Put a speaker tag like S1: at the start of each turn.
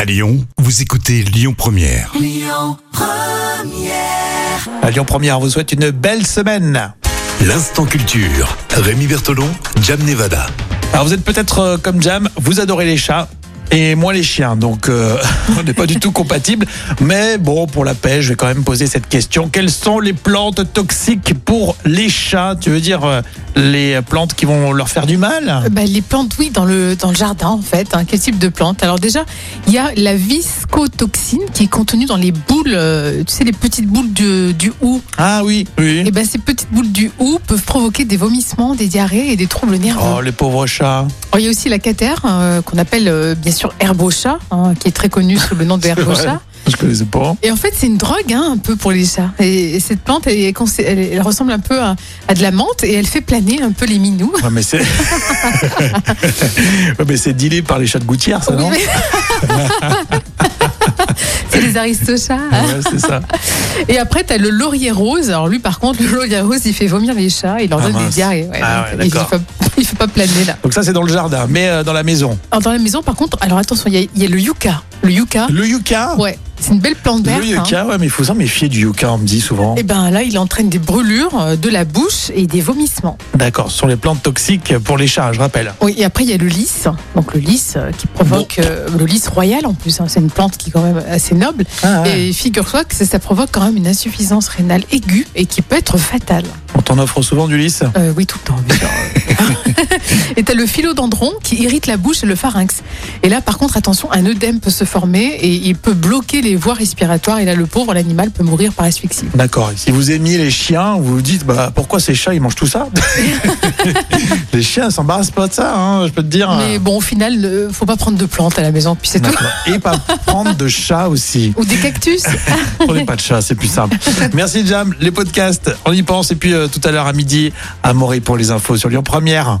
S1: À Lyon, vous écoutez Lyon Première.
S2: À Lyon Première vous souhaite une belle semaine.
S1: L'instant culture. Rémi Bertolon, Jam Nevada.
S2: Alors vous êtes peut-être euh, comme Jam, vous adorez les chats. Et moi les chiens, donc euh, on n'est pas du tout compatibles. Mais bon, pour la paix, je vais quand même poser cette question. Quelles sont les plantes toxiques pour les chats Tu veux dire euh, les plantes qui vont leur faire du mal
S3: Euh, bah, les plantes, oui, dans le, dans le jardin, en fait. hein. Quel type de plante Alors, déjà, il y a la viscotoxine qui est contenue dans les boules, euh, tu sais, les petites boules du, du houx.
S2: Ah oui, oui.
S3: Et ben ces petites boules du houx peuvent provoquer des vomissements, des diarrhées et des troubles nerveux.
S2: Oh les pauvres chats.
S3: Alors, Il y a aussi la catère, euh, qu'on appelle euh, bien sûr herbocha, hein, qui est très connue sous le nom de herbocha.
S2: Je connaissais pas.
S3: Et en fait, c'est une drogue hein, un peu pour les chats. Et, et cette plante, elle, est conse- elle- elle ressemble un peu à, à de la menthe et elle fait planer un peu les minous.
S2: Ouais, Ah, mais c'est. Ouais, mais c'est dealé par les chats de gouttière, ça, non
S3: Oui, mais- c'est les aristochats. hein.
S2: Ah Ouais, c'est ça.
S3: Et après, t'as le laurier rose. Alors lui, par contre, le laurier rose, il fait vomir les chats, il leur
S2: Ah,
S3: donne
S2: mince.
S3: des diarrhées. Ouais,
S2: Ah
S3: donc,
S2: ouais,
S3: il
S2: d'accord.
S3: fait pas- il fait pas planer là.
S2: Donc ça, c'est dans le jardin, mais euh, dans la maison.
S3: Alors, dans la maison, par contre, alors attention, il y, a- il y a le yucca. Le yucca,
S2: Le yucca.
S3: ouais, c'est une belle plante verte.
S2: Le
S3: hein.
S2: yucca, ouais, mais il faut s'en méfier du yucca, on me dit souvent.
S3: Eh ben là, il entraîne des brûlures, euh, de la bouche et des vomissements.
S2: D'accord, ce sont les plantes toxiques pour les chats, je rappelle.
S3: Oui, et après, il y a le lys. Donc le lys euh, qui provoque euh, le lys royal en plus. hein. C'est une plante qui est quand même assez noble. Et figure-toi que ça, ça provoque quand même une insuffisance rénale aiguë et qui peut être fatale.
S2: On t'en offre souvent du lys
S3: Euh, oui, tout le temps. bien sûr. et t'as le philodendron qui irrite la bouche et le pharynx. Et là, par contre, attention, un œdème peut se former et il peut bloquer les voies respiratoires. Et là, le pauvre, l'animal peut mourir par asphyxie.
S2: D'accord, si vous aimiez les chiens, vous vous dites, bah, pourquoi ces chats, ils mangent tout ça Les chiens, ils s'embarrassent pas de ça, hein, je peux te dire.
S3: Mais bon, au final, ne faut pas prendre de plantes à la maison, puis c'est tout.
S2: D'accord. Et pas prendre de chat aussi.
S3: Ou des cactus.
S2: Prenez pas de chat, c'est plus simple. Merci Jam, les podcasts, on y pense. Et puis euh, tout à l'heure à midi, à Morée pour les infos sur Lyon Première.